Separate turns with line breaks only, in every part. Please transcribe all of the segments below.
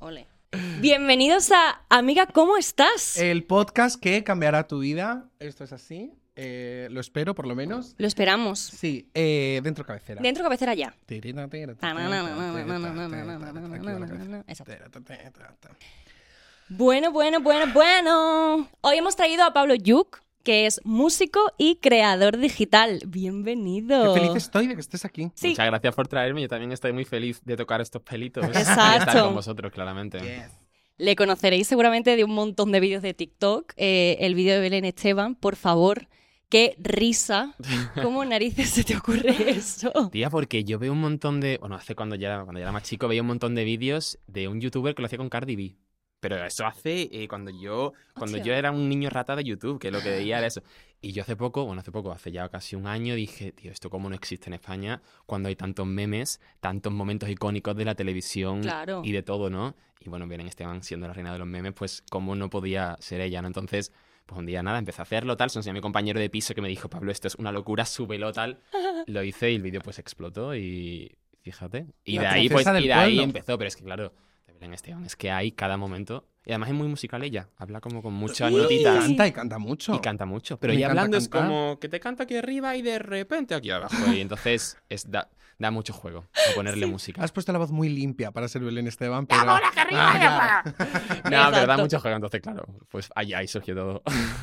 Ole. Bienvenidos a Amiga, ¿cómo estás?
El podcast que cambiará tu vida. Esto es así. eh, lo espero, por lo menos.
Lo esperamos.
Sí, eh, dentro cabecera.
Dentro cabecera ya.
Tirita, tira, tira,
Exacto.
tira, tira, tira, tira.
Bueno, bueno, bueno, bueno. Hoy hemos traído a Pablo Yuk, que es músico y creador digital. Bienvenido.
Qué feliz estoy de que estés aquí.
Sí.
Muchas gracias por traerme. Yo también estoy muy feliz de tocar estos pelitos y
Exacto.
estar con vosotros, claramente.
Le conoceréis seguramente de un montón de vídeos de TikTok. Eh, el vídeo de Belén Esteban, por favor. Qué risa. ¿Cómo narices se te ocurre eso?
Tía, porque yo veo un montón de. Bueno, hace cuando ya, era- cuando ya era más chico, veía un montón de vídeos de un youtuber que lo hacía con Cardi B. Pero eso hace eh, cuando yo cuando
Hostia.
yo era un niño rata de YouTube, que lo que veía era eso. Y yo hace poco, bueno, hace poco, hace ya casi un año, dije, tío, esto cómo no existe en España cuando hay tantos memes, tantos momentos icónicos de la televisión
Claro.
y de todo, ¿no? Y bueno, Belén Esteban siendo la reina de los memes, pues cómo no podía ser ella, ¿no? Entonces, pues un día nada, empecé a hacerlo, tal, se lo enseñé a mi compañero de piso que me dijo, Pablo, esto es una locura, súbelo, tal. Lo hice y el vídeo pues explotó y fíjate. Y
La
de ahí,
princesa
pues,
del
y de ahí
pueblo.
empezó, pero es que claro, de Belén Esteban, es que hay cada momento. Y además es muy musical ella, habla como con muchas
Sí.
Y
notitas.
canta y canta mucho.
Y canta mucho. Pero
Me
ya
encanta
hablando es
cantar.
como que te canta aquí arriba y de repente aquí abajo. Y entonces es da, da mucho juego a ponerle música.
Has puesto la voz muy limpia para ser Belén Esteban. Pero... Ah,
No, pero da
Exacto.
mucho juego. Entonces, claro, pues ahí, ahí surgió todo.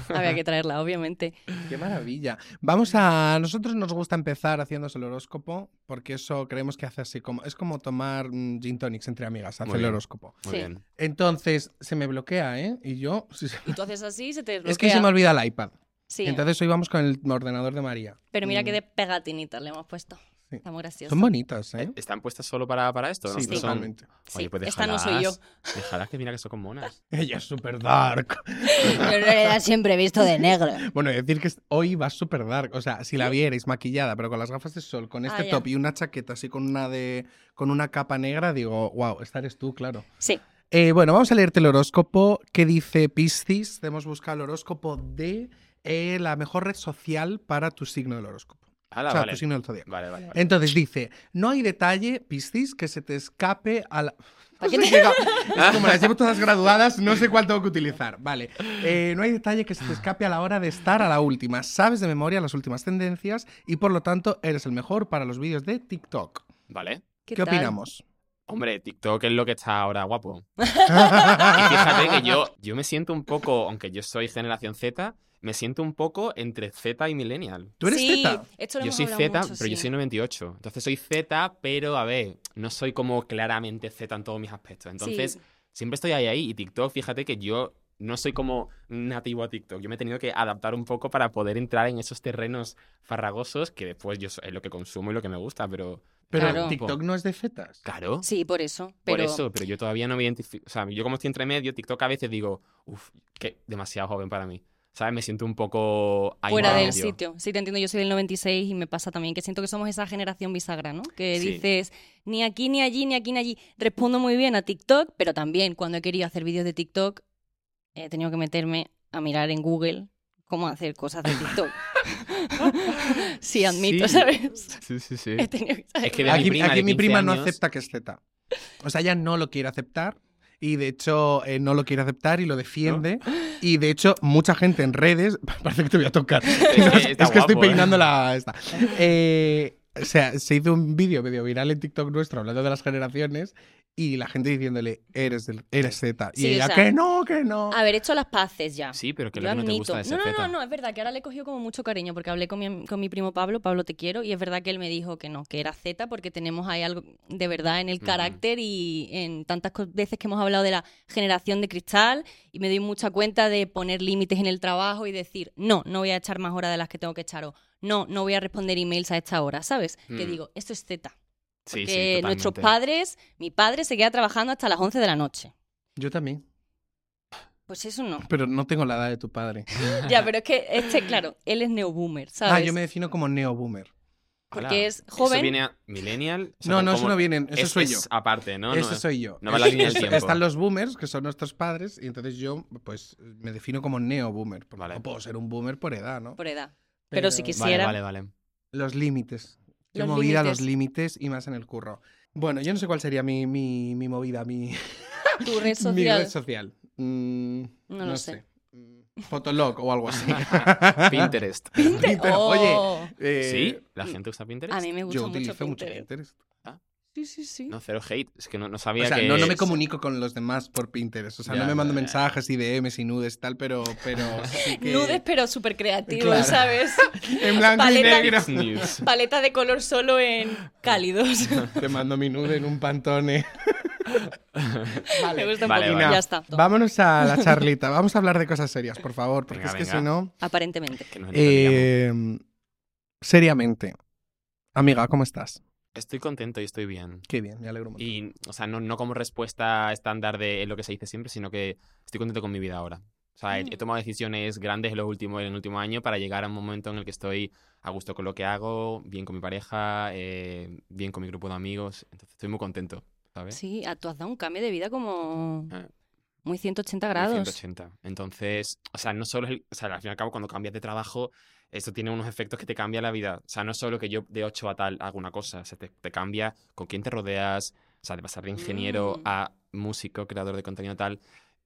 Había que traerla, obviamente.
Qué maravilla. Vamos a. Nosotros nos gusta empezar haciéndose el horóscopo porque eso creemos que hace así como. Es como tomar mm, gin tonics entre amigas, hace
Muy
el
bien.
horóscopo.
Muy
Sí.
bien.
Entonces se me bloquea, ¿eh? Y yo. sí, sí.
Y tú haces así y se te desbloquea.
Es que se me olvida el iPad.
Sí.
Entonces hoy vamos con el ordenador de María.
Pero mira
Mm.
que de pegatinitas le hemos puesto.
Sí.
Está muy gracioso.
Son bonitas, ¿eh?
¿Están puestas solo para, para esto?
Sí,
Estas son-
totalmente.
Sí,
Oye, pues
esta no soy yo.
déjalas. Déjalas que mira que son con monas.
Ella es súper dark.
Yo en realidad siempre he visto de negro.
Bueno, decir que hoy va súper dark. O sea, si la vierais maquillada, pero con las gafas de sol, con este
Ah, ya.
top y una chaqueta así con una de. con una capa negra, digo, wow, esta eres tú, claro.
Sí.
Eh, bueno, vamos a leerte el horóscopo. ¿Qué dice Piscis? Hemos buscado el horóscopo de eh, la mejor red social para tu signo del horóscopo.
Hala,
o sea,
Ah, vale.
tu signo del zodiaco.
vale. Vale, vale.
Entonces dice, no hay detalle, Piscis, que se te escape a la...
¿Para
No
qué
sé qué- es como las llevo todas graduadas, no sé cuál tengo que utilizar. Vale. Eh, no hay detalle que se te escape a la hora de estar a la última. Sabes de memoria las últimas tendencias y por lo tanto eres el mejor para los vídeos de TikTok.
Vale.
¿Qué,
tal?
opinamos?
Hombre, TikTok es lo que está ahora guapo. Y fíjate que yo, yo me siento un poco, aunque yo soy generación Z, me siento un poco entre Z y Millennial.
¿Tú eres
sí,
teta?
Esto lo
Yo
hemos
soy Z,
hablado
pero
mucho,
yo
sí.
soy 98. Entonces soy Z, pero a ver, no soy como claramente Z en todos mis aspectos. Entonces,
Sí.
siempre estoy ahí, ahí. Y TikTok, fíjate que yo no soy como nativo a TikTok. Yo me he tenido que adaptar un poco para poder entrar en esos terrenos farragosos que después yo so- es lo que consumo y lo que me gusta, pero.
Pero
Claro.
TikTok no es de fetas.
Claro.
Sí, por eso. Pero...
Por eso, pero yo todavía no me identifico. O sea, yo como estoy entre medio, TikTok a veces digo, uff, que demasiado joven para mí. ¿Sabes? Me siento un poco ahí
Fuera
en
del
medio.
sitio. Sí, te entiendo, yo soy del 96 y me pasa también que siento que somos esa generación bisagra, ¿no? Que
Sí.
dices, ni aquí, ni allí, ni aquí, ni allí. Respondo muy bien a TikTok, pero también cuando he querido hacer vídeos de TikTok, he tenido que meterme a mirar en Google cómo hacer cosas de TikTok. sí, admito,
Sí.
¿sabes?
Sí, sí, sí.
He tenido que
Es que de
Aquí
mi
aquí mi prima,
prima, de 15
no
años.
acepta que es Z. O sea, ella no lo quiere aceptar y de hecho eh, no lo quiere aceptar y lo defiende. Y de hecho, mucha gente en redes. Parece que te voy a tocar.
Es que, está
es que estoy
guapo, ¿eh?
peinando la. Esta. Eh, o sea, se hizo un vídeo medio viral en TikTok nuestro hablando de las generaciones y la gente diciéndole, eres, del- eres Z. Y
Sí, o
ella,
sea,
que no, que no.
Haber hecho las paces ya.
Sí, pero que
Yo
lo que no te gusta de
admito. No,
ser
no, no,
feta.
no, es verdad que ahora le he cogido como mucho cariño porque hablé con mi, con mi primo Pablo, Pablo te quiero, y es verdad que él me dijo que no, que era Z porque tenemos ahí algo de verdad en el
Ujú.
carácter y en tantas co- veces que hemos hablado de la generación de cristal y me doy mucha cuenta de poner límites en el trabajo y decir, no, no voy a echar más horas de las que tengo que echar o no, no voy a responder emails a esta hora, ¿sabes? Que
Mm.
digo, esto es Z.
Sí, sí,
que nuestros
totalmente.
padres, mi padre se queda trabajando hasta las 11 de la noche.
Yo también.
Pues eso no.
Pero no tengo la edad de tu padre.
Ya, pero es que este, claro, él es neoboomer, ¿sabes?
Ah, yo me defino como neo-boomer.
porque
Hola.
es joven.
Eso viene a millennial. O sea,
No, no, eso
¿cómo-
no viene. Eso
es-
soy yo.
es aparte, ¿no?
Ese
No, eh.
soy yo.
no va la línea del
Es-
tiempo.
Están los boomers, que son nuestros padres, y entonces yo pues me defino como neo-boomer. porque
Vale.
No puedo ser un boomer por edad, ¿no?
por edad. Pero si
Vale,
quisiera-
vale, vale.
Los límites. Yo
Los
movida los
límites.
límites y más en el curro. Bueno, yo no sé cuál sería mi, mi- mi movida, mi...
Tu red
Mi
social.
red social. Mm,
No lo sé.
Mm, Fotolog o algo así.
Pinterest.
Pinterest,
Oh.
Oye, eh,
¿Sí? ¿La gente usa Pinterest?
A mí me gusta
yo
mucho
utilizo mucho
Pinterest.
Pinterest.
Sí, sí, sí.
No, cero hate. Es que no, no
O
sabía
sea,
que...
no, no me comunico con los demás por Pinterest. O sea,
Ya,
no me mando
ya, ya.
mensajes y DMs y nudes y tal, pero, pero sí que-
Nudes, pero súper creativos,
Claro.
¿sabes?
en blanco y
paleta.
negro.
It's news.
Paleta de color solo en cálidos.
Te mando mi nude en un pantone.
Me gusta un
Vale,
poquito.
vale.
Ya está. Toma.
Vámonos a la charlita. Vamos a hablar de cosas serias, por favor, porque es
Venga,
que
venga.
si no.
Aparentemente.
Que nos
Eh,
entendíamos.
seriamente. Amiga, ¿cómo estás?
Estoy contento y estoy bien.
Qué bien, me alegro mucho.
Y, o sea, no, no como respuesta estándar de lo que se dice siempre, sino que estoy contento con mi vida ahora. O sea, he, he
Mm.
tomado decisiones grandes en, los últimos, en el último año para llegar a un momento en el que estoy a gusto con lo que hago, bien con mi pareja, eh, bien con mi grupo de amigos. Entonces, estoy muy contento, ¿sabes?
Sí, ah, tú has dado un cambio de vida como
¿Eh? Ah.
muy 180
de
grados.
180. Entonces, o sea, no solo es el- o sea, al fin y al cabo, cuando cambias de trabajo, esto tiene unos efectos que te cambia la vida. O sea, no es solo que yo de 8 a tal hago una cosa, o sea, te, te cambia con quién te rodeas, o sea, de pasar de ingeniero
Mm.
a músico, creador de contenido tal,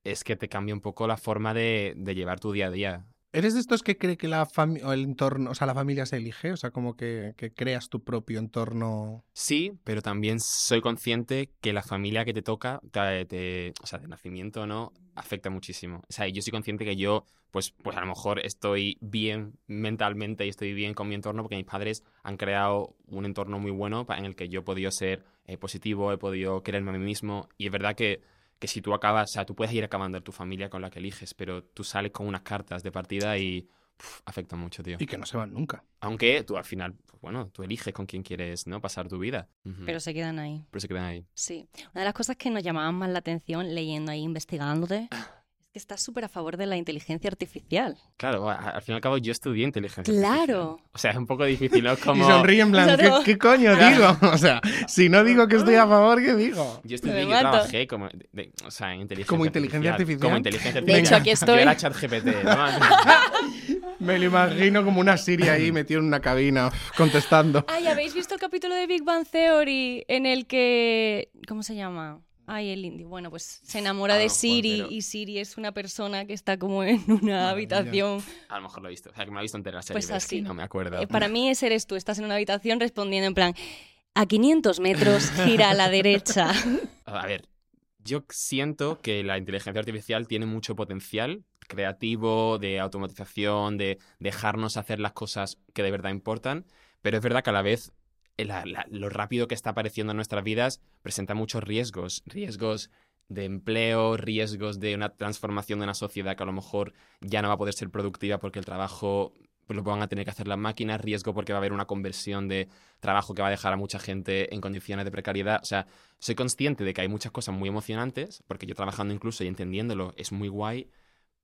es que te cambia un poco la forma de, de llevar tu día a día.
¿Eres de estos que cree que la fami- o el entorno, o sea, la familia se elige? O sea, como que, que creas tu propio entorno.
Sí, pero también soy consciente que la familia que te toca, te- te- o sea, de nacimiento o no, afecta muchísimo. O sea, yo soy consciente que yo, pues, pues a lo mejor estoy bien mentalmente y estoy bien con mi entorno porque mis padres han creado un entorno muy bueno pa- en el que yo he podido ser eh, positivo, he podido quererme a mí mismo. Y es verdad que, que si tú acabas, o sea, tú puedes ir acabando tu familia con la que eliges, pero tú sales con unas cartas de partida y puf, afecta mucho, tío.
Y que no se van nunca.
Aunque tú al final, pues, bueno, tú eliges con quién quieres, ¿no? Pasar tu vida. Ujú.
Pero se quedan ahí.
Pero se quedan ahí.
Sí. Una de las cosas que nos llamaban más la atención leyendo ahí, investigándote, es que estás súper a favor de la inteligencia artificial.
Claro, a- al fin y al cabo yo estudié inteligencia.
Claro.
artificial. O sea, es un poco difícil, ¿no? Como...
Y sonríe en plan, ¿qué,
Claro.
qué coño digo? O sea, si no digo que estoy a favor, ¿qué digo?
Yo estudié,
Me
yo
mato.
trabajé como, de- de- o sea, en inteligencia
¿Como inteligencia artificial?
Como inteligencia
De
artificial.
hecho, aquí
Yo
estoy.
era ChatGPT,
Me lo imagino como una siria ahí metido en una cabina contestando.
Ay, ¿habéis visto el capítulo de Big Bang Theory en el que... ¿Cómo se llama? Ay, el indio. Bueno, pues se enamora
Ah,
A lo
de
mejor,
Siri
pero-
y Siri es una persona que está como en una
Maravilla.
habitación.
¿no? A lo mejor lo he visto. O sea, que me lo he visto entera la serie.
Pues
pero es que
así.
no me acuerdo.
Eh, Para mí ese eres tú, estás en una habitación respondiendo en plan, a 500 metros gira a la derecha.
A ver, yo siento que la inteligencia artificial tiene mucho potencial creativo, de automatización, de dejarnos hacer las cosas que de verdad importan, pero es verdad que a la vez eh, la- la- lo rápido que está apareciendo en nuestras vidas presenta muchos riesgos, riesgos de empleo, riesgos de una transformación de una sociedad que a lo mejor ya no va a poder ser productiva porque el trabajo pues, lo van a tener que hacer las máquinas, riesgo porque va a haber una conversión de trabajo que va a dejar a mucha gente en condiciones de precariedad, o sea, soy consciente de que hay muchas cosas muy emocionantes, porque yo trabajando incluso y entendiéndolo es muy guay,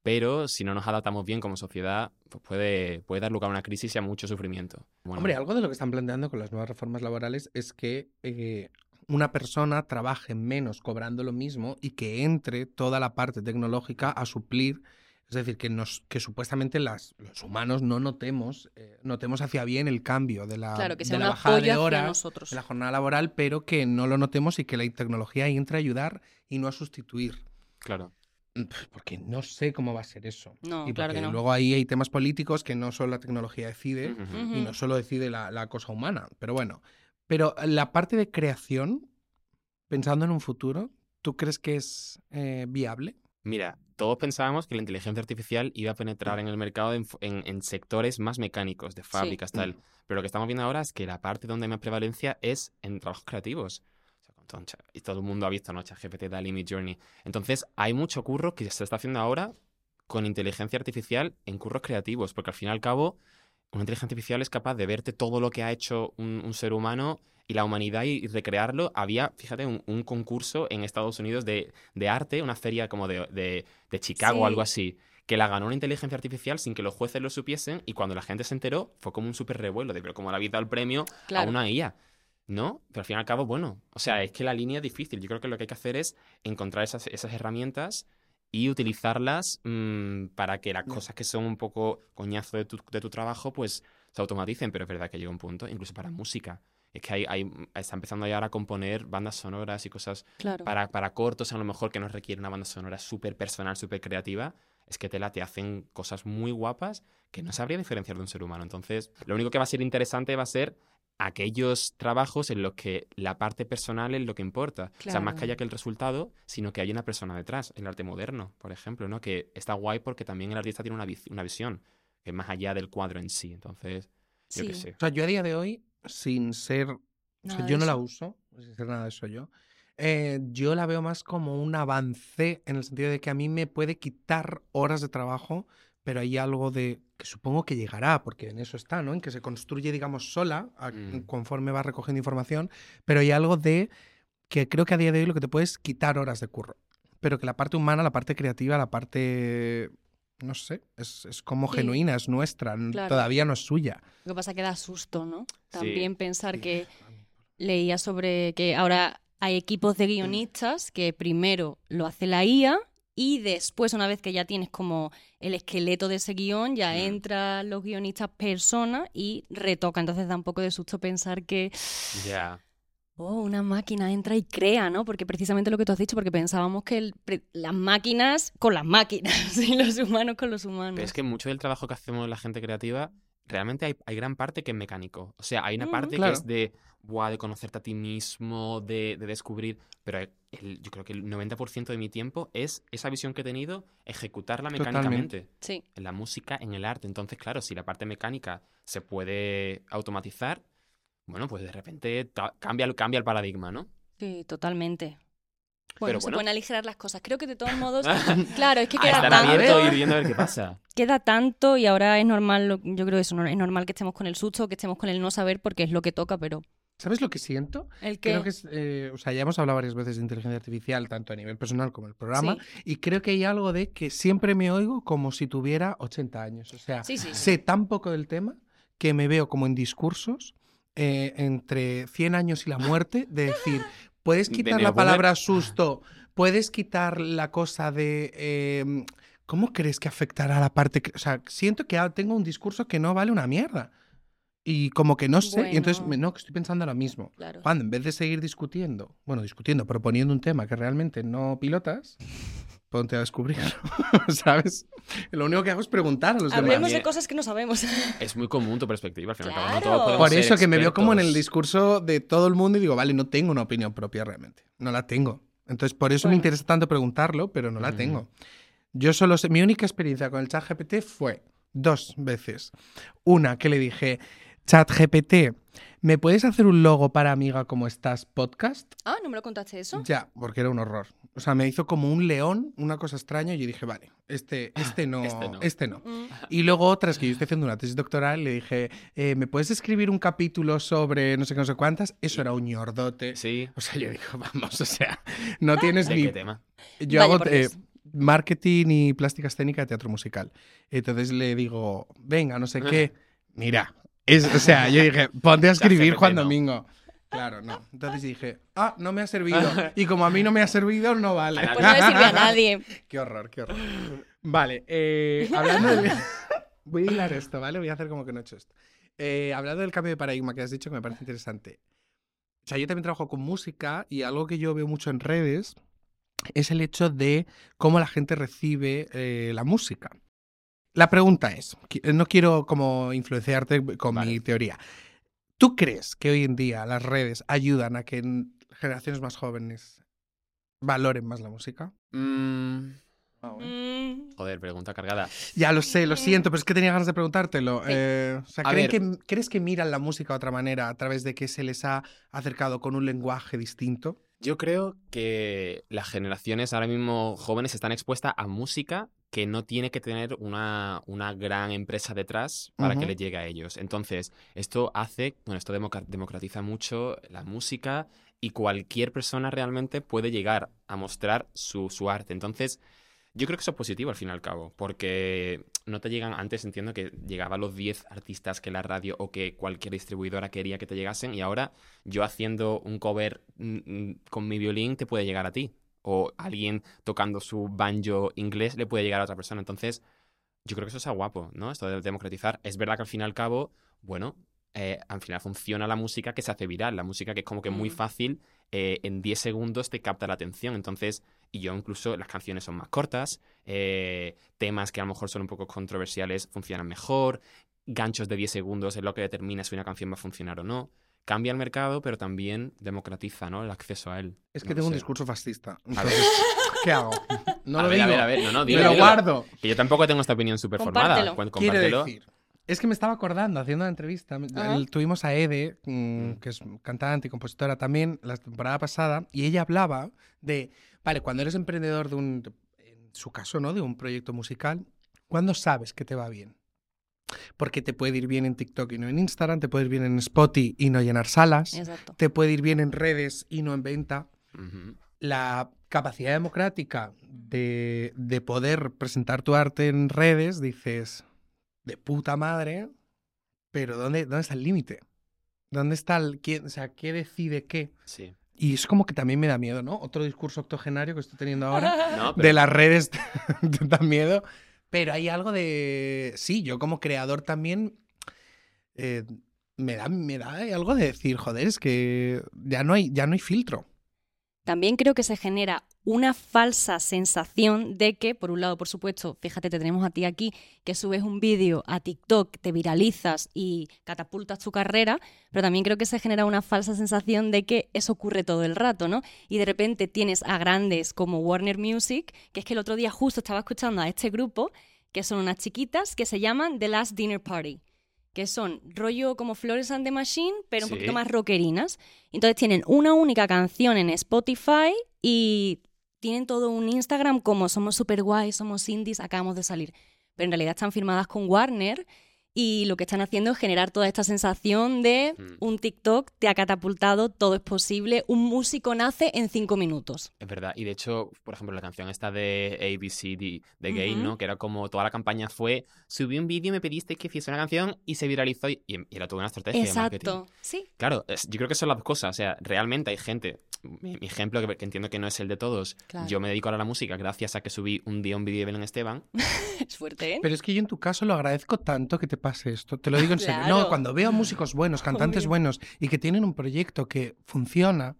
pero si no nos adaptamos bien como sociedad, pues puede, puede dar lugar a una crisis y a mucho sufrimiento. Bueno,
Hombre, algo de lo que están planteando con las nuevas reformas laborales es que eh, una persona trabaje menos cobrando lo mismo y que entre toda la parte tecnológica a suplir. Es decir, que, nos, que supuestamente las, los humanos no notemos, eh, notemos hacia bien el cambio de la,
Claro, que
Ah, de
sea un
la bajada de
apoyo hacia
horas
nosotros.
de la jornada laboral, pero que no lo notemos y que la tecnología ahí entre a ayudar y no a sustituir.
claro.
Pf, Porque no sé cómo va a ser eso.
No,
y
claro
porque
que no.
Luego ahí hay temas políticos que no solo la tecnología decide
Ujú.
Ujú.
y no solo decide la, la cosa humana. Pero bueno, pero eh, la parte de creación, pensando en un futuro, ¿tú crees que es eh, viable?
Mira, todos pensábamos que la inteligencia artificial iba a penetrar en el mercado en, en- en sectores más mecánicos, de fábricas, tal. Pero lo que estamos viendo ahora es que la parte donde hay más prevalencia es en trabajos creativos. O sea, con todo un cha- Y todo el mundo ha visto, ¿no? ChatGPT, DALI, Midjourney. Entonces, hay mucho curro que se está haciendo ahora con inteligencia artificial en curros creativos, porque al fin y al cabo, una inteligencia artificial es capaz de verte todo lo que ha hecho un, un ser humano y la humanidad y, y recrearlo. Había, fíjate, un, un concurso en Estados Unidos de, de arte, una feria como de, de, de Chicago o
Sí.
algo así, que la ganó una inteligencia artificial sin que los jueces lo supiesen y cuando la gente se enteró fue como un súper revuelo de, pero como le habéis dado el premio a
Claro.
una IA. ¿No? Pero al fin y al cabo, bueno, o sea, es que la línea es difícil. Yo creo que lo que hay que hacer es encontrar esas, esas herramientas y utilizarlas mm, para que las
Ya.
cosas que son un poco coñazo de tu, de tu trabajo, pues se automaticen. Pero es verdad que llega un punto, incluso para música, Es que hay, hay- está empezando ya ahora a componer bandas sonoras y cosas
Claro.
para, para cortos, a lo mejor que nos requiere una banda sonora súper personal, súper creativa. Es que Tela te hacen cosas muy guapas que no sabría diferenciar de un ser humano. Entonces, lo único que va a ser interesante va a ser aquellos trabajos en los que la parte personal es lo que importa. O sea, más
Claro.
que haya que el resultado, sino que hay una persona detrás. El arte moderno, por ejemplo, ¿no? Que está guay porque también el artista tiene una, vis- una visión, que es más allá del cuadro en sí. Entonces, yo qué
Sí.
sé.
O sea, yo a día de hoy, sin ser. o sea,
Nada de
yo no la
eso.
uso, sin ser nada de eso yo. eh, yo la veo más como un avance en el sentido de que a mí me puede quitar horas de trabajo, pero hay algo de que supongo que llegará, porque en eso está, ¿no? En que se construye, digamos, sola a-
Mm.
conforme va recogiendo información, pero hay algo de que creo que a día de hoy lo que te puedes quitar horas de curro, pero que la parte humana, la parte creativa, la parte, no sé, es, es como
Sí.
genuina, es nuestra, n-
Claro.
todavía no es suya.
Lo que pasa es que da susto, ¿no?
Sí.
También pensar
Sí.
que leía sobre que ahora hay equipos de guionistas que primero lo hace la IA y después, una vez que ya tienes como el esqueleto de ese guión, ya
Mm.
entran los guionistas personas y retoca. Entonces da un poco de susto pensar que
Ya.
Oh, una máquina entra y crea, ¿no? Porque precisamente lo que tú has dicho, porque pensábamos que el pre- las máquinas con las máquinas y los humanos con los humanos.
Pero es que mucho del trabajo que hacemos la gente creativa, realmente hay, hay gran parte que es mecánico. O sea, hay una
Ujú.
parte
Claro.
que es de, buah, de conocerte a ti mismo, de, de descubrir. Pero el- el- yo creo que el 90% de mi tiempo es esa visión que he tenido, ejecutarla
Totalmente.
mecánicamente.
Sí,
En la música, en el arte. Entonces, claro, si la parte mecánica se puede automatizar, bueno, pues de repente ta- cambia, el- cambia el paradigma, ¿no?
sí, totalmente. Bueno,
Pero
se
bueno.
pueden aligerar las cosas. Creo que de todos modos, claro, es que
A
queda
estar
tanto.
abierto y viendo a ver qué pasa.
queda tanto y ahora es normal, lo- yo creo eso, no- es normal que estemos con el susto, que estemos con el no saber porque es lo que toca, pero
¿Sabes lo que siento?
el que...
Creo que es, eh, o sea, ya hemos hablado varias veces de inteligencia artificial, tanto a nivel personal como en el programa, y creo que hay algo de que siempre me oigo como si tuviera 80 años. O sea,
Sí, sí, sí.
sé tan poco del tema que me veo como en discursos eh, entre 100 años y la muerte, de decir, puedes
De
quitar la
neoboomer.
palabra susto, puedes quitar la cosa de... eh, ¿Cómo crees que afectará la parte? cre-?". O sea, siento que ah, tengo un discurso que no vale una mierda. Y como que no sé, y entonces,
Bueno.
me- no, que estoy pensando ahora mismo.
Claro.
Cuando en vez de seguir discutiendo, bueno, discutiendo, proponiendo un tema que realmente no pilotas, ponte a descubrirlo, ¿sabes? Lo único que hago es preguntar a los
Hablemos
demás.
de cosas que no sabemos.
Es muy común tu perspectiva, al final.
Claro.
Por eso que me veo
veo
como en el discurso de todo el mundo y digo, vale, no tengo una opinión propia realmente, no la tengo. Entonces, por eso me
Bueno.
interesa tanto preguntarlo, pero no la
Ujú.
tengo. Yo solo sé, mi única experiencia con el chat GPT fue dos veces. Una que le dije, chat GPT, ¿me puedes hacer un logo para amiga como estás podcast?
ah, ¿no me lo contaste eso?
Ya, porque era un horror. O sea, me hizo como un león, una cosa extraña, y yo dije, vale, este, este no,
Este no.
este no.
Mm,
Y luego otras que yo estoy haciendo una tesis doctoral, le dije, eh, ¿me puedes escribir un capítulo sobre no sé qué, no sé cuántas? Eso era un ñordote.
Sí.
O sea, yo digo, vamos, o sea, no tienes
¿De
ni...
qué tema?
Yo
Vaya
hago
por
eh,
Dios.
marketing y plástica escénica de teatro musical. Entonces le digo, venga, no sé qué. Mira, es, o sea, yo dije, ponte a escribir
ChatGPT
Juan
no.
Domingo. Claro, no. Entonces dije, ah, no me ha servido. Y como a mí no me ha servido, no vale.
Pues no le sirve a nadie.
Qué horror, qué horror. Vale, eh, hablando del... Voy a hilar esto, ¿vale? Voy a hacer como que no he hecho esto. Eh, hablando del cambio de paradigma que has dicho, que me parece interesante. O sea, yo también trabajo con música y algo que yo veo mucho en redes es el hecho de cómo la gente recibe eh, la música. La pregunta es, qui- no quiero como influenciarte con mi
Vale.
teoría. ¿Tú crees que hoy en día las redes ayudan a que n- generaciones más jóvenes valoren más la música?
Mm,
Mm,
Joder, pregunta cargada.
Ya lo sé, lo siento, pero es que tenía ganas de preguntártelo. Eh, o sea,
A
¿creen
ver.
que, ¿Crees que miran la música de otra manera a través de que se les ha acercado con un lenguaje distinto?
Yo creo que las generaciones ahora mismo jóvenes están expuestas a música que no tiene que tener una, una gran empresa detrás para
Ujú.
que les llegue a ellos. Entonces, esto hace, bueno, esto democa- democratiza mucho la música y cualquier persona realmente puede llegar a mostrar su, su arte. Entonces, yo creo que eso es positivo al fin y al cabo, porque no te llegan, antes entiendo que llegaban los 10 artistas que la radio o que cualquier distribuidora quería que te llegasen y ahora yo haciendo un cover mm, mm, con mi violín te puede llegar a ti. O alguien tocando su banjo inglés le puede llegar a otra persona. Entonces, yo creo que eso está guapo, ¿no? Esto de democratizar. Es verdad que al fin y al cabo, bueno, eh, al final funciona la música que se hace viral, la música que es como que muy
Ujú.
fácil, eh, en 10 segundos te capta la atención. Entonces, y yo incluso las canciones son más cortas, eh, temas que a lo mejor son un poco controversiales funcionan mejor, ganchos de 10 segundos es lo que determina si una canción va a funcionar o no. Cambia el mercado, pero también democratiza ¿no? el acceso a él.
Es que
No lo
tengo un
sé.
discurso fascista.
A ver,
Entonces, ¿qué hago? No
a
lo
ver,
digo.
a ver, a ver, no, no,
me
dilo,
lo
dilo.
guardo.
Que yo tampoco tengo esta opinión súper formada.
Compártelo.
Cu-
Quiero
compártelo.
decir, es que me estaba acordando haciendo la entrevista. me-
Ajá.
el- tuvimos a Ede, mm,
Mm.
que es cantante y compositora también, la temporada pasada, y ella hablaba de, vale, cuando eres emprendedor de un, en su caso, ¿no? De un proyecto musical, ¿cuándo sabes que te va bien? Porque te puede ir bien en TikTok y no en Instagram, te puede ir bien en Spotify y no llenar salas,
Exacto.
te puede ir bien en redes y no en venta
Ujú.
la capacidad democrática de, de poder presentar tu arte en redes, dices, de puta madre, pero ¿dónde, dónde está el límite? ¿Dónde está el quién? O sea, ¿qué decide qué?
Sí.
Y es como que también me da miedo, ¿no? Otro discurso octogenario que estoy teniendo ahora
No, pero
de las redes te da miedo. Pero hay algo de. Sí, yo como creador también. eh, me da, me da algo de decir, joder, es que ya no hay, ya no hay filtro.
También creo que se genera una falsa sensación de que, por un lado, por supuesto, fíjate, te tenemos a ti aquí, que subes un vídeo a TikTok, te viralizas y catapultas tu carrera, pero también creo que se genera una falsa sensación de que eso ocurre todo el rato, ¿no? Y de repente tienes a grandes como Warner Music, que es que el otro día justo estaba escuchando a este grupo, que son unas chiquitas que se llaman The Last Dinner Party, que son rollo como Flores and the Machine, pero
Sí.
un poquito más rockerinas. Entonces tienen una única canción en Spotify y tienen todo un Instagram como somos super guay, somos indies, acabamos de salir. Pero en realidad están firmadas con Warner y lo que están haciendo es generar toda esta sensación de
Mm.
un TikTok te ha catapultado, todo es posible, un músico nace en cinco minutos.
es verdad. Y de hecho, por ejemplo, la canción esta de ABC de, de Gay,
Ujú.
¿no? Que era como toda la campaña fue, subí un vídeo, me pediste que hiciese una canción y se viralizó y, y era toda una estrategia de marketing.
Exacto, sí.
Claro, es- yo creo que son las dos cosas. O sea, realmente hay gente. Mi, mi ejemplo, que, que entiendo que no es el de todos.
Claro.
Yo me dedico ahora a la música gracias a que subí un día un vídeo de Belén Esteban.
Es fuerte, ¿eh?
Pero es que yo en tu caso lo agradezco tanto que te pase esto. Te lo digo en serio. No,
Claro.
cuando veo músicos buenos, cantantes
Hombre.
buenos y que tienen un proyecto que funciona,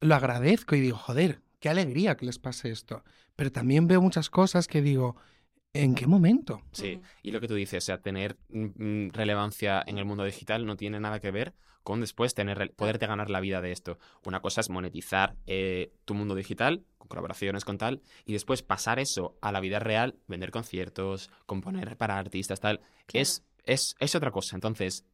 lo agradezco y digo, joder, qué alegría que les pase esto. Pero también veo muchas cosas que digo, ¿en qué momento?
Sí.
Ujú.
Y lo que tú dices, o sea, tener mm, mm, relevancia en el mundo digital no tiene nada que ver con después tener, rel- poderte ganar la vida de esto. Una cosa es monetizar eh, tu mundo digital, con colaboraciones con tal, y después pasar eso a la vida real, vender conciertos, componer para artistas, tal. Es, es, es otra cosa. Entonces,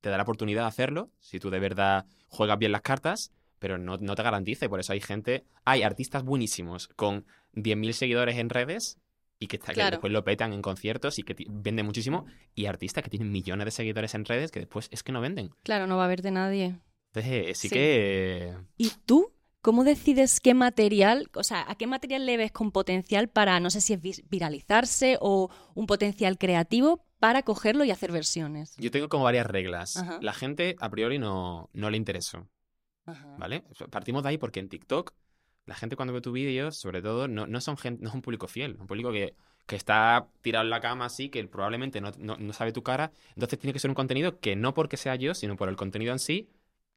te da la oportunidad de hacerlo si tú de verdad juegas bien las cartas, pero no, no te garantice. Por eso hay gente, hay artistas buenísimos con 10.000 seguidores en redes y que, está- que
Claro.
después lo petan en conciertos y que ti- venden muchísimo, y artistas que tienen millones de seguidores en redes que después es que no venden.
Claro, no va a verte nadie.
Entonces, eh, sí,
Sí.
que. eh,
¿Y tú? ¿Cómo decides qué material, o sea, a qué material le ves con potencial para, no sé si es vi- viralizarse o un potencial creativo para cogerlo y hacer versiones?
Yo tengo como varias reglas.
Ajá.
La gente a priori no, no le interesó.
Ajá.
¿Vale? Partimos de ahí porque en TikTok la gente cuando ve tu vídeo, sobre todo, no, no, son gen- no es un público fiel, un público que, que está tirado en la cama así, que probablemente no, no- no sabe tu cara. Entonces tiene que ser un contenido que no porque sea yo, sino por el contenido en sí,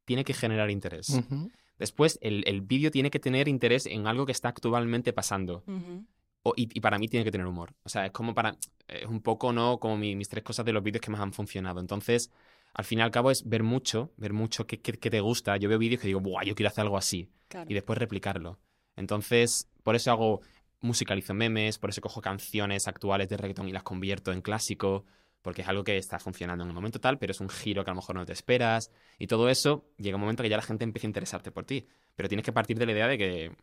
tiene que generar interés.
Ujú.
Después, el, el vídeo tiene que tener interés en algo que está actualmente pasando.
Ujú.
O- y, y para mí tiene que tener humor. O sea, es como para. Es un poco, ¿no? Como mi- mis tres cosas de los vídeos que más han funcionado. Entonces, al fin y al cabo es ver mucho, ver mucho qué, qué- qué te gusta. Yo veo vídeos que digo, ¡buah! Yo quiero hacer algo así.
Claro.
Y después replicarlo. Entonces, por eso hago. Musicalizo memes, por eso cojo canciones actuales de reggaetón y las convierto en clásico. Porque es algo que está funcionando en un momento tal, pero es un giro que a lo mejor no te esperas. Y todo eso llega un momento que ya la gente empieza a interesarte por ti. Pero tienes que partir de la idea de que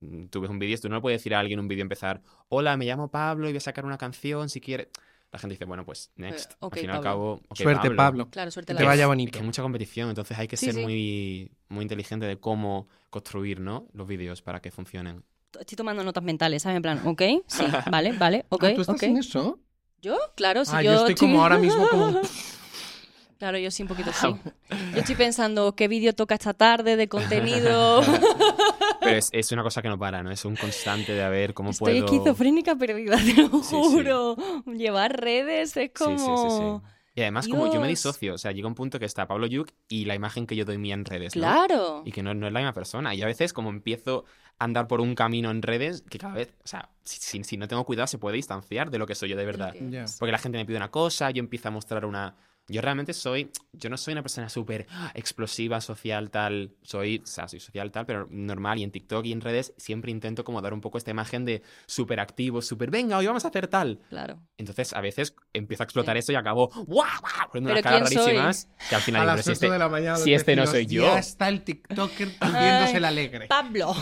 mm, tú ves un vídeo, tú no le puedes decir a alguien en un vídeo empezar, hola, me llamo Pablo y voy a sacar una canción si quieres. La gente dice, bueno, pues next.
Eh, ok,
al fin y al
Pablo.
cabo, ok,
Suerte, Pablo.
Claro, suerte
Que
la
te
vida.
vaya
es-
bonito.
Es que hay mucha competición, entonces hay que
Sí,
ser
sí.
Muy, muy inteligente de cómo construir ¿no? los vídeos para que funcionen.
Estoy tomando notas mentales, ¿sabes? En plan, ok, sí, vale, vale, ok,
Ah, ¿Tú estás
ok.
en eso?
¿Yo? Claro, sí,
Ah, yo estoy como ahora mismo como...
Claro, yo sí, un poquito sí.
Ah,
Yo estoy pensando qué vídeo toca esta tarde de contenido.
Pero es, es una cosa que no para, ¿no? Es un constante de a ver cómo
Estoy
puedo.
esquizofrénica perdida, te lo
Sí, sí.
juro. Llevar redes es
Sí, sí,
como...
sí, sí. Y además, como yo me
Dios.
disocio, o sea, llega un punto que está Pablo Yuk y la imagen que yo doy mía en redes. ¿no?
Claro.
Y que no, no es la misma persona. Y a veces, como empiezo a andar por un camino en redes, que cada vez, o sea, si, si- si no tengo cuidado, se puede distanciar de lo que soy yo de verdad.
que
Ya.
es.
Porque la gente me pide una cosa, yo empiezo a mostrar una. Yo realmente soy. Yo no soy una persona súper ah, explosiva, social, tal. Soy. O sea, soy social, tal, pero normal. Y en TikTok y en redes siempre intento como dar un poco esta imagen de súper activo, súper venga, hoy vamos a hacer tal.
Claro.
Entonces a veces empiezo a explotar eso y acabo. ¡Guau! guau", Poniendo
¿Pero
unas caras
quién soy?
rarísimas. Que al final
a
digo,
las
"Si
8
este-
de la mañana.
si este no
deciros,
soy yo".
Ya está el TikToker volviéndose el alegre.
Pablo.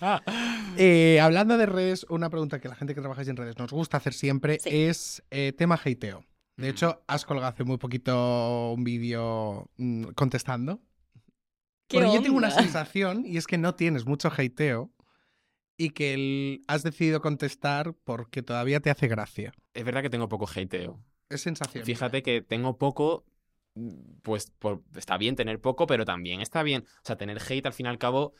Ah.
Eh, hablando de redes, una pregunta que la gente que trabajáis en redes nos gusta hacer siempre
Sí.
es eh, tema hateo. De
Ujú.
hecho, has colgado hace muy poquito un vídeo mm, contestando.
¿Qué
Porque yo tengo una
onda?
sensación y es que no tienes mucho hateo y que el- has decidido contestar porque todavía te hace gracia.
Es verdad que tengo poco hateo.
Es sensación.
Fíjate que tengo poco, pues por- está bien tener poco, pero también está bien. O sea, tener hate al fin y al cabo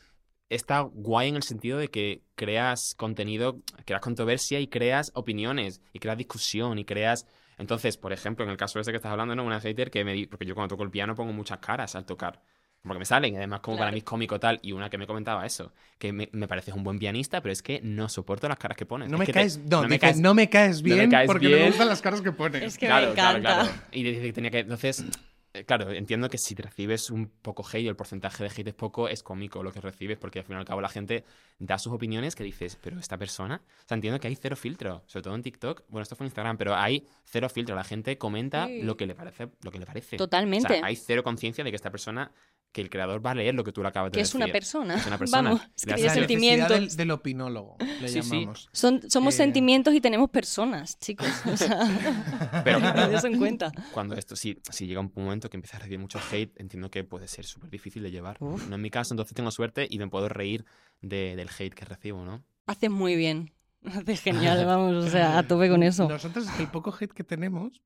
está guay en el sentido de que creas contenido, creas controversia y creas opiniones y creas discusión y creas... Entonces, por ejemplo, en el caso ese que estás hablando, ¿no? Una hater que me... di- Porque yo cuando toco el piano pongo muchas caras al tocar. Porque me salen, y además como para
Claro.
mí es cómico tal. Y una que me comentaba eso, que me, me pareces un buen pianista, pero es que no soporto las caras que pones.
No
Es
me,
que te-
caes, no,
no me
dice,
caes-
"No me caes
no me
bien
caes
porque no me
bien".
gustan las caras que pones.
Es que me encanta.
Y dice que tenía que. Entonces, eh, claro, entiendo que si te recibes un poco hate, el porcentaje de hate es poco, es cómico lo que recibes, porque al fin y al cabo la gente da sus opiniones que dices, pero esta persona. O sea, entiendo que hay cero filtro, sobre todo en TikTok. Bueno, esto fue en Instagram, pero hay cero filtro. La gente comenta
Sí.
lo que le parece. Lo que le parece.
Totalmente.
O sea, hay cero conciencia de que esta persona, que el creador va a leer lo que tú le acabas de
Que es
decir.
una persona.
Es una persona.
Vamos,
Le
es que
hace
tiene
la
sentir-
necesidad
sentimientos.
del, del opinólogo, le
Sí, sí.
llamamos.
Son, somos
Eh,
sentimientos y tenemos personas, chicos. O sea,
Pero claro,
tened eso en cuenta.
cuando esto sí, si llega un momento que empiezas a recibir mucho hate, entiendo que puede ser súper difícil de llevar.
Uf.
No es mi caso, entonces tengo suerte y me puedo reír de- del hate que recibo, ¿no?
Haces muy bien. Haces genial, vamos, o sea, a tope con eso.
Nosotros es que el poco hate que tenemos,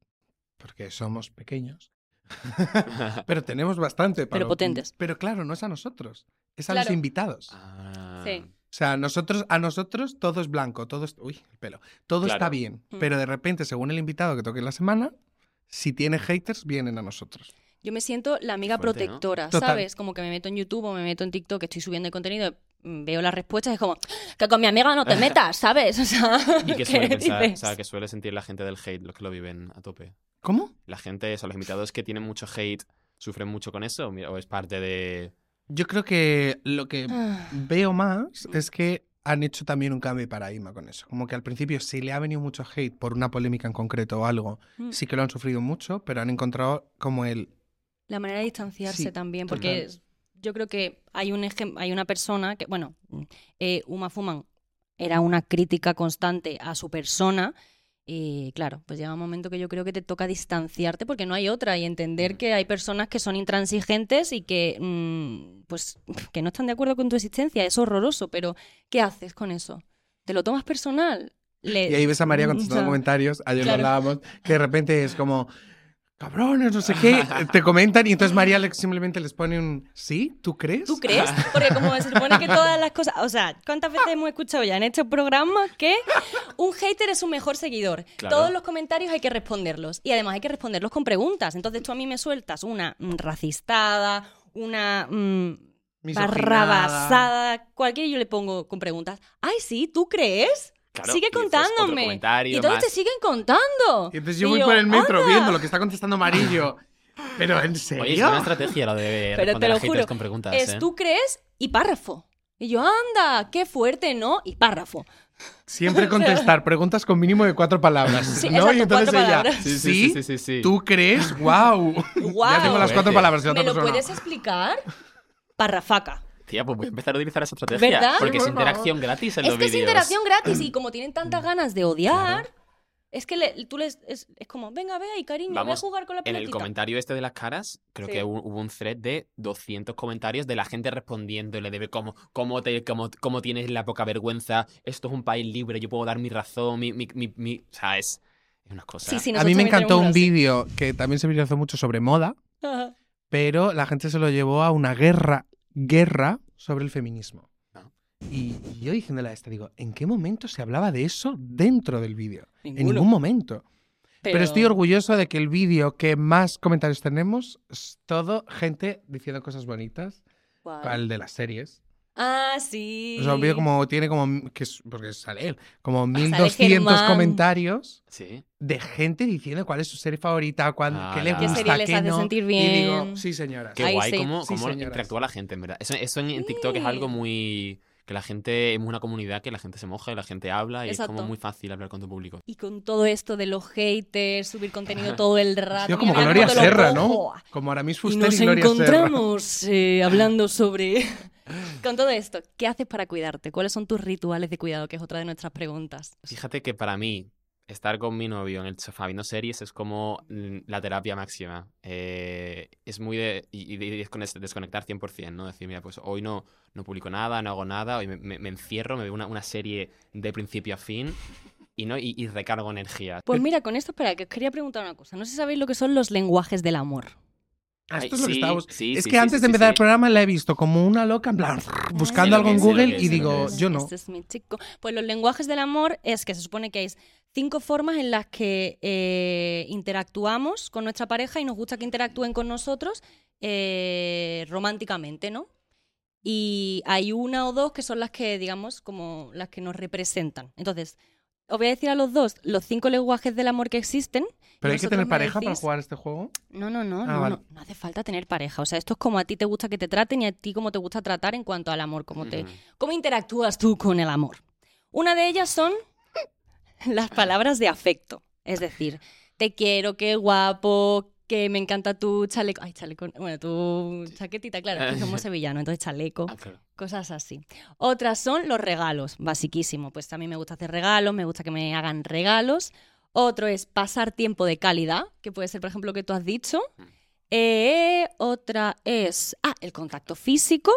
porque somos pequeños, pero tenemos bastante. para-
potentes.
Pero claro, no es a nosotros, es a los
Claro.
invitados.
Ah.
Sí.
O sea, nosotros, a nosotros todo es blanco, todo es, uy, el pelo, todo está
Claro.
bien,
Mm.
pero de repente, según el invitado que toque la semana, si tiene haters, vienen a nosotros.
Yo me siento la amiga
Fuerte, ¿no?
protectora,
Total.
¿sabes? Como que me meto en YouTube o me meto en TikTok, estoy subiendo el contenido, mm, veo las respuestas, es como, que con mi amiga no te metas, ¿sabes? O sea,
¿Y qué suele pensar?
dices?
O sea, que suele sentir la gente del hate, los que lo viven a tope.
¿Cómo?
La gente, o sea, los invitados que tienen mucho hate, ¿sufren mucho con eso? ¿O es parte de...?
Yo creo que lo que
Ah, Mm.
veo más es que han hecho también un cambio de paradigma con eso. Como que al principio si le ha venido mucho hate por una polémica en concreto o algo,
Mm.
sí que lo han sufrido mucho, pero han encontrado como el...
La manera de distanciarse
Sí,
también, porque
total.
es- yo creo que hay un ejem- hay una persona que, bueno,
Mm.
eh, Uma Fuman era una crítica constante a su persona. Y claro, pues llega un momento que yo creo que te toca distanciarte porque no hay otra y
Mm.
entender que hay personas que son intransigentes y que, mm, pues, que no están de acuerdo con tu existencia. Es horroroso, pero ¿qué haces con eso? ¿Te lo tomas personal? Le-
Y ahí ves a María contestando
Eh, Ya.
comentarios, ayer
Claro.
lo hablábamos, que de repente es como... Cabrones, no sé qué, eh, te comentan y entonces María le- simplemente les pone un ¿sí? ¿Tú crees?
Ah.
¿Tú crees? Porque como se supone que todas las cosas... O sea, ¿cuántas veces hemos escuchado ya en este programa que un hater es su mejor seguidor?
Claro.
Todos los comentarios hay que responderlos. Y además hay que responderlos con preguntas. Entonces tú a mí me sueltas una mm, racistada, una mm,
Misoginada.
barrabasada, cualquiera y yo le pongo con preguntas. Ay, sí, ¿tú crees?
Claro,
Sigue
y después otro
contándome.
comentario
y todos
más.
te siguen contando.
Y entonces yo
Y
voy por el metro
"Anda".
viendo lo que está contestando Amarillo. Pero en
Oye, es una
serio.
estrategia lo de
Pero te
responder
lo
a haters
juro,
con preguntas,
"Ah, Es
¿eh?
tú crees y párrafo. Y yo, anda, qué fuerte, ¿no? Y párrafo.
Siempre contestar preguntas con mínimo de cuatro palabras.
Sí,
¿no?
exacto,
y entonces
cuatro
ella,
palabras.
Sí, sí,
¿sí?
sí, sí, sí, sí.
¿Tú crees? ¡Wow!
Guau.
Ya tengo las cuatro
Fuerte.
palabras de la
¿Me
otra
lo
persona.
puedes explicar? Parrafaca.
Tía, pues voy a empezar a utilizar esa estrategia.
¿Verdad?
Sí,
Porque es
por favor.
interacción gratis en
Es
los
que es
vídeos.
interacción gratis
Mm.
y como tienen tantas ganas de odiar, es que le- tú les. Es, es como, venga, vea y cariño, voy a
Vamos,
jugar con la
En
pelotita.
el comentario este de las caras, creo
Sí.
que hu- hubo un thread de 200 comentarios de la gente respondiéndole de cómo, cómo, te, cómo, cómo tienes la poca vergüenza, esto es un país libre, yo puedo dar mi razón, mi... mi, mi, mi- O sea, es, es una cosa...
Sí, sí,
A
nosotros
mí me
también
encantó un
tenemos uno
vídeo que también se viralizó mucho sobre moda,
así.
pero la gente se lo llevó a una guerra, guerra sobre el feminismo.
Ah.
Y yo diciéndole a esta, digo, ¿en qué momento se hablaba de eso dentro del vídeo? En
Ninguno.
ningún momento. Pero estoy orgulloso de que el vídeo que más comentarios tenemos es todo gente diciendo cosas bonitas.
Guau.
El de las series.
Ah, sí.
O sea, un vídeo como tiene como. Que es- porque sale él. Como 1200
Germán.
comentarios
Sí.
de gente diciendo cuál es su serie favorita, cuál,
Ah,
qué le
la-
gusta,
¿Qué
serie les
qué
hace
no.
sentir
Y digo,
bien?
sí, señora.
Qué
Ahí
guay
sí.
cómo,
Sí,
cómo
señoras.
interactúa la gente, en verdad. Eso, eso en, en TikTok es algo
Sí.
muy... Que la gente es una comunidad que la gente se moja y la gente habla y es
Exacto.
como muy fácil hablar con tu público.
Y con todo esto de los haters, subir contenido
Ajá.
todo el rato.
Tío, como
mira,
Gloria
cuando lo
Serra, ¿no?
cojo.
Como Aramis
Y
Fuster y,
nos
Gloria Serra.
encontramos eh, hablando sobre... con todo esto, ¿qué haces para cuidarte? ¿Cuáles son tus rituales de cuidado? Que es otra de nuestras preguntas.
Fíjate que para mí, estar con mi novio en el sofá viendo series es como mm, la terapia máxima. Eh, es muy de, y, y de descone- desconectar 100%, ¿no? Decir, mira, pues hoy no, no publico nada, no hago nada, hoy me, me- me encierro, me veo una, una serie de principio a fin y, no, y, y recargo energía.
Eh,
Pues mira, con esto, espera, que os quería preguntar una cosa. No sé si sabéis lo que son los lenguajes del amor.
Ah, esto
Ay,
es lo que
sí,
estábamos-
sí,
es
sí,
que
sí,
antes
sí,
de
sí,
empezar
sí.
el programa la he visto como una loca, en plan, buscando
lo
algo
que
en
es, sé lo
Google
que
y
es, sé lo
digo,
que es.
yo no.
Este es mi chico. Pues los lenguajes del amor es que se supone que hay cinco formas en las que eh, interactuamos con nuestra pareja y nos gusta que interactúen con nosotros eh, románticamente, ¿no? Y hay una o dos que son las que, digamos, como las que nos representan. Entonces, os voy a decir a los dos los cinco lenguajes del amor que existen.
Pero hay que
Vosotros
tener
me
pareja para
decís-
jugar a este juego.
No, no, no,
Ah,
no,
vale.
no, no hace falta tener pareja. O sea, esto es como a ti te gusta que te traten y a ti como te gusta tratar en cuanto al amor, como te,
Ujú.
¿Cómo interactúas tú con el amor? Una de ellas son las palabras de afecto. Es decir, te quiero, qué guapo, que me encanta tu chaleco. Ay, chaleco. Bueno, tu chaquetita, claro, es que somos sevillanos, entonces chaleco,
Ah, claro.
cosas así. Otras son los regalos, basiquísimo. Pues a mí me gusta hacer regalos, me gusta que me hagan regalos. Otro es pasar tiempo de calidad, que puede ser, por ejemplo, lo que tú has dicho. Eh, otra es ah, el contacto físico.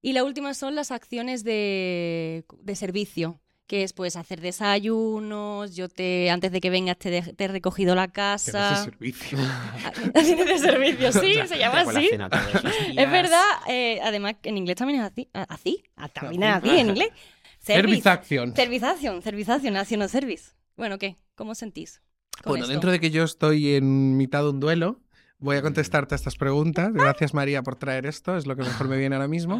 Y la última son las acciones de, de servicio, que es pues hacer desayunos, yo te antes de que vengas te, de- te he recogido la
Que
casa.
no es de servicio.
Acciones de servicio, sí,
O sea,
se llama
te hago la
así.
cena todos los
Es
días.
verdad, eh, además en inglés también es así, a- así, ah, también es así en inglés.
Service Action.
Servización, servización, haciendo service. Bueno, ¿qué? ¿Cómo os sentís? con
Bueno,
esto?
dentro de que yo estoy en mitad de un duelo, voy a contestarte a estas preguntas. Gracias María por traer esto, es lo que mejor me viene ahora mismo.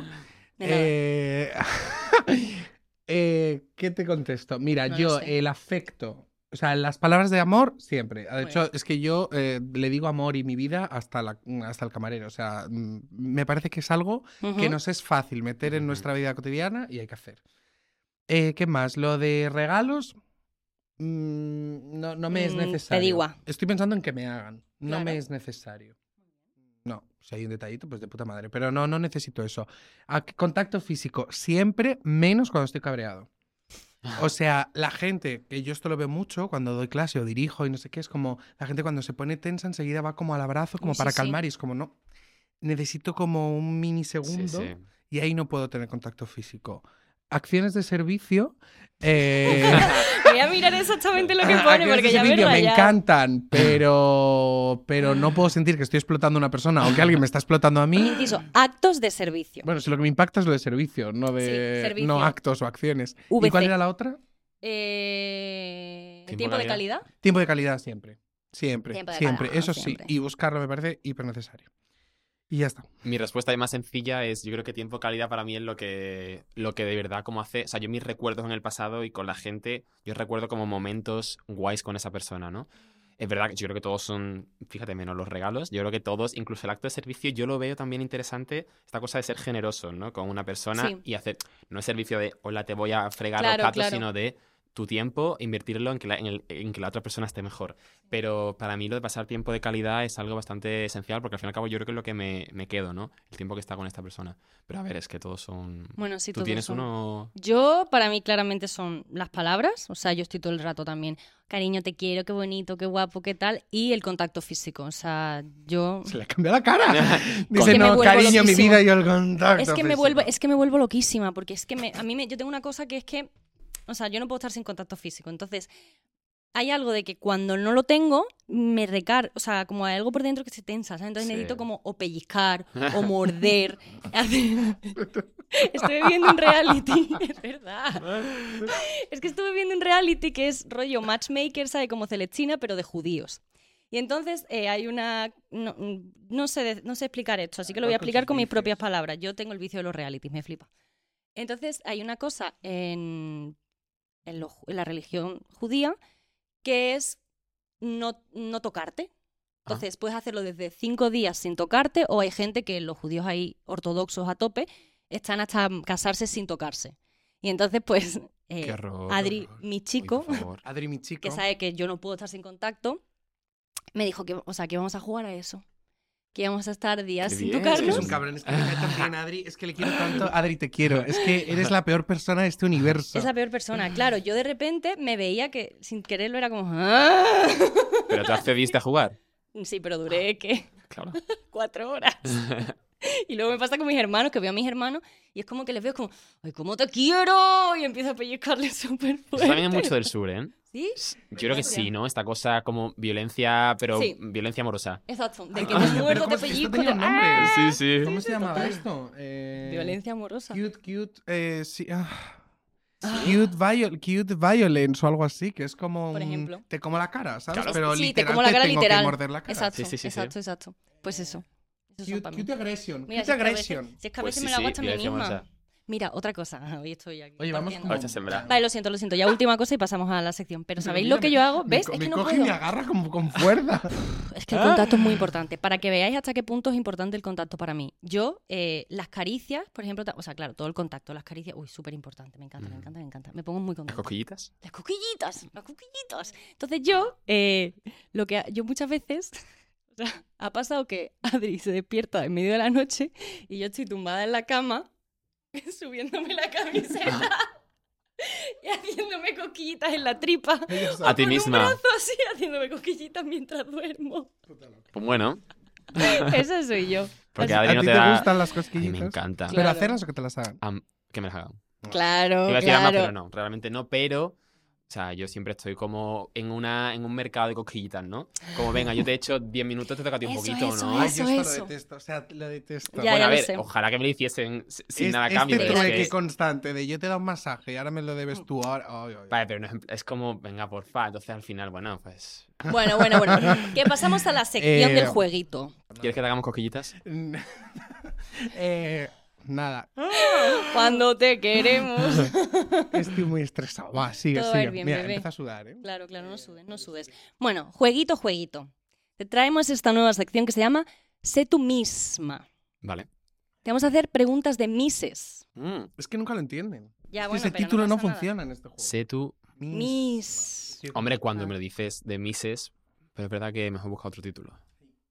De nada.
Eh, eh, ¿Qué te contesto? Mira,
No lo
yo
sé.
el afecto, o sea, las palabras de amor siempre. De
Muy
hecho,
bien.
es que yo eh, le digo amor y mi vida hasta, la- hasta el camarero. O sea, mm, me parece que es algo que
Ujú.
nos es fácil meter en
Ujú.
nuestra vida cotidiana y hay que hacer. Eh, ¿Qué más? Lo de regalos mm, no, no me es
Mm, te
necesario.
digo a.
Estoy pensando en que me hagan. No
Claro.
me es necesario. No, si hay un detallito, pues de puta madre. Pero no, no necesito eso. A- contacto físico, siempre menos cuando estoy cabreado. O sea, la gente, que yo esto lo veo mucho cuando doy clase o dirijo y no sé qué, es como la gente cuando se pone tensa enseguida va como al abrazo, como
Sí,
para
sí.
calmar y es como, no, necesito como un mini
Sí,
segundo
sí.
y ahí no puedo tener contacto físico. Acciones de servicio. eh,
Voy a mirar exactamente lo que
Ah,
pone
aquellos de
porque ya me he
servicio me
rayado.
encantan, pero pero no puedo sentir que estoy explotando a una persona o que alguien me está explotando a mí.
Inciso, actos de servicio.
Bueno, si lo que me impacta es lo de servicio, no de
Sí, servicio.
no actos o acciones. ¿Y
VC.
cuál era la otra?
Eh,
Tiempo
¿Tiempo de calidad?
Tiempo de calidad siempre. Siempre,
Tiempo de
siempre,
calidad,
eso
siempre.
sí, y buscarlo me parece hiper necesario. Y ya está.
Mi respuesta más sencilla es, yo creo que tiempo calidad para mí es lo que, lo que de verdad como hace, o sea, yo mis recuerdos en el pasado y con la gente, yo recuerdo como momentos guays con esa persona, ¿no? Es verdad que yo creo que todos son, fíjate, menos los regalos, yo creo que todos, incluso el acto de servicio, yo lo veo también interesante, esta cosa de ser generoso, ¿no? Con una persona
Sí.
y hacer, no es servicio de, hola, te voy a fregar
Claro,
los platos,
claro.
sino de tu tiempo, invertirlo en que, la, en el- en que la otra persona esté mejor. Pero para mí lo de pasar tiempo de calidad es algo bastante esencial porque al fin y al cabo yo creo que es lo que me, me quedo, ¿no? El tiempo que está con esta persona. Pero a ver, es que todos son...
Bueno, sí,
Tú
todos
tienes
son.
uno...
Yo, para mí, claramente son las palabras. O sea, yo estoy todo el rato también. Cariño, te quiero, qué bonito, qué guapo, qué tal. Y el contacto físico. O sea, yo.
Se le cambió la cara.
Es
Dice,
que me
"No,
vuelvo
cariño, mi
loquísima.
vida y el contacto."
Es que me
físico".
vuelvo, es que me vuelvo loquísima, porque es que me, a mí me, yo tengo una cosa que es que. O sea, yo no puedo estar sin contacto físico. Entonces, hay algo de que cuando no lo tengo, me recar, o sea, como hay algo por dentro que se tensa, ¿sabes? Entonces
Sí.
necesito como o pellizcar, o morder. hacer- Estoy viendo un reality, es verdad. Es que estuve viendo un reality que es rollo matchmaker, ¿sabe? Como Celestina, pero de judíos. Y entonces eh, hay una... No, no sé, de- no sé explicar esto, así que lo voy a
Hablar con
explicar
sus
con mis
vicios.
propias palabras. Yo tengo el vicio de los realities, me flipa. Entonces hay una cosa en, en lo ju- en la religión judía que es no, no tocarte.
Ah.
Entonces puedes hacerlo desde cinco días sin tocarte o hay gente que los judíos ahí ortodoxos a tope están hasta casarse sin tocarse. Y entonces pues... eh,
Qué horror.
Adri,
horror.
mi
Uy, por
chico,
favor.
Adri, mi chico.
que sabe que yo no puedo estar sin contacto, me dijo que, o sea, que vamos a jugar a eso. Que íbamos a estar días
Qué
sin
Es
bien.
que es
tocarnos.
un cabrón, es que me cae tan bien, Adri. Es que le quiero tanto. Adri, te quiero. Es que eres la peor persona de este universo.
Es la peor persona. Claro, yo de repente me veía que sin quererlo era como. "Ah".
Pero tú accediste a jugar.
Sí, pero duré
Ah.
que
Claro.
cuatro horas. Y luego me pasa con mis hermanos, que veo a mis hermanos y es como que les veo como, ¡ay, cómo te quiero! Y empiezo a pellizcarles súper
Eso también es
fuerte.
mucho del sur, ¿eh?
¿Sí?
Yo creo que sí, ¿no? Esta cosa como violencia, pero
Sí.
violencia amorosa.
Exacto. De que
Ay,
me
Ah, pero
muerdo,
¿cómo
te
es que esto
pellizco.
tenía
te-
un nombre?
¡Ah!
Sí, sí.
¿Cómo se llamaba esto? Eh,
Violencia amorosa.
Cute, cute. eh, sí, ah. Cute, viol- cute violence o algo así, que es como.
Ah. Por
un-
ejemplo.
Te como la cara, ¿sabes?
Claro.
Pero
Sí,
literal,
te como la cara
tengo
literal.
Que morder la cara.
Exacto,
Sí, sí, sí, sí.
exacto, exacto. Pues eso. Esos son pa'
Cute,
mí.
cute aggression.
Mira, si
cute
es que a veces,
aggression.
si es que a
Pues
veces
sí,
me lo hago
sí,
hasta a mí
violencia
misma.
amorosa.
Mira, otra cosa. Hoy estoy aquí.
Oye, vamos
partiendo.
como...
Ahorita sembra.
Vale, lo siento, lo siento. Ya última cosa y pasamos a la sección. Pero ¿sabéis lo
mira,
que
me-
yo hago?
me
¿Ves?
co-
es
me
que no
coge y
puedo.
me agarra como con fuerza.
Es que el contacto
Ah.
es muy importante. Para que veáis hasta qué punto es importante el contacto para mí. Yo, eh, las caricias, por ejemplo, ta- o sea, claro, todo el contacto, las caricias, uy, súper importante. Me encanta, me
Mm.
encanta, me encanta. Me pongo muy
¿Las
contenta.
cosquillitas?
Las coquillitas, las coquillitas. Entonces yo, eh, lo que ha- yo muchas veces, o sea, ha pasado que Adri se despierta en medio de la noche y yo estoy tumbada en la cama, subiéndome la camiseta y haciéndome coquillitas en la tripa.
Ella sabe.
A ti
Con
misma.
un brazo así, haciéndome coquillitas mientras duermo.
Pues bueno,
Esa soy yo. Pues,
porque
¿A
Adri no
ti
te,
te,
da...
gustan las
A mí
cosquillitas?
me encanta.
Claro.
¿Pero hacerlas o que te las hagan?
Am- que me las hagan.
Claro,
Iba a decir ambas, pero no, realmente no, pero... O sea, yo siempre estoy como en, una, en un mercado de cosquillitas, ¿no? Como, venga, yo te echo 10 minutos, te toca a ti un
Eso,
poquito,
eso,
¿no?
Ay,
eso,
yo esto
eso.
lo detesto. O sea, lo
Ya,
detesto.
bueno,
ya
a
lo
ver,
sé.
ojalá que me lo hiciesen s- sin
Es-
nada a cambio,
Este
pero es
trueque
que...
constante de yo te he dado un masaje y ahora me lo debes tú. Ahora, ay, ay, ay.
Vale, pero no es, es como, venga, porfa, entonces al final, bueno, pues...
Bueno, bueno, bueno. Que pasamos a la sección
Eh,
del jueguito.
¿Quieres que te hagamos cosquillitas?
eh, nada,
Cuando te queremos.
estoy muy estresado. Va, sigue,
Todo va a ir
sigue.
bien,
Mira,
bebé.
empieza a sudar, ¿eh?
Claro, claro, no sudes, no sudes. Bueno, jueguito, jueguito. Te traemos esta nueva sección que se llama Sé tú misma.
Vale.
Te vamos a hacer preguntas de mises.
Mm.
Es que nunca lo entienden.
Ya,
Es que
bueno,
ese
pero
título no,
pasa nada.
funciona en este juego.
Sé tú...
Mis-
Mis.
Sí.
Hombre, cuando
Ah.
me lo dices de Mises, pero es verdad que mejor busca otro título.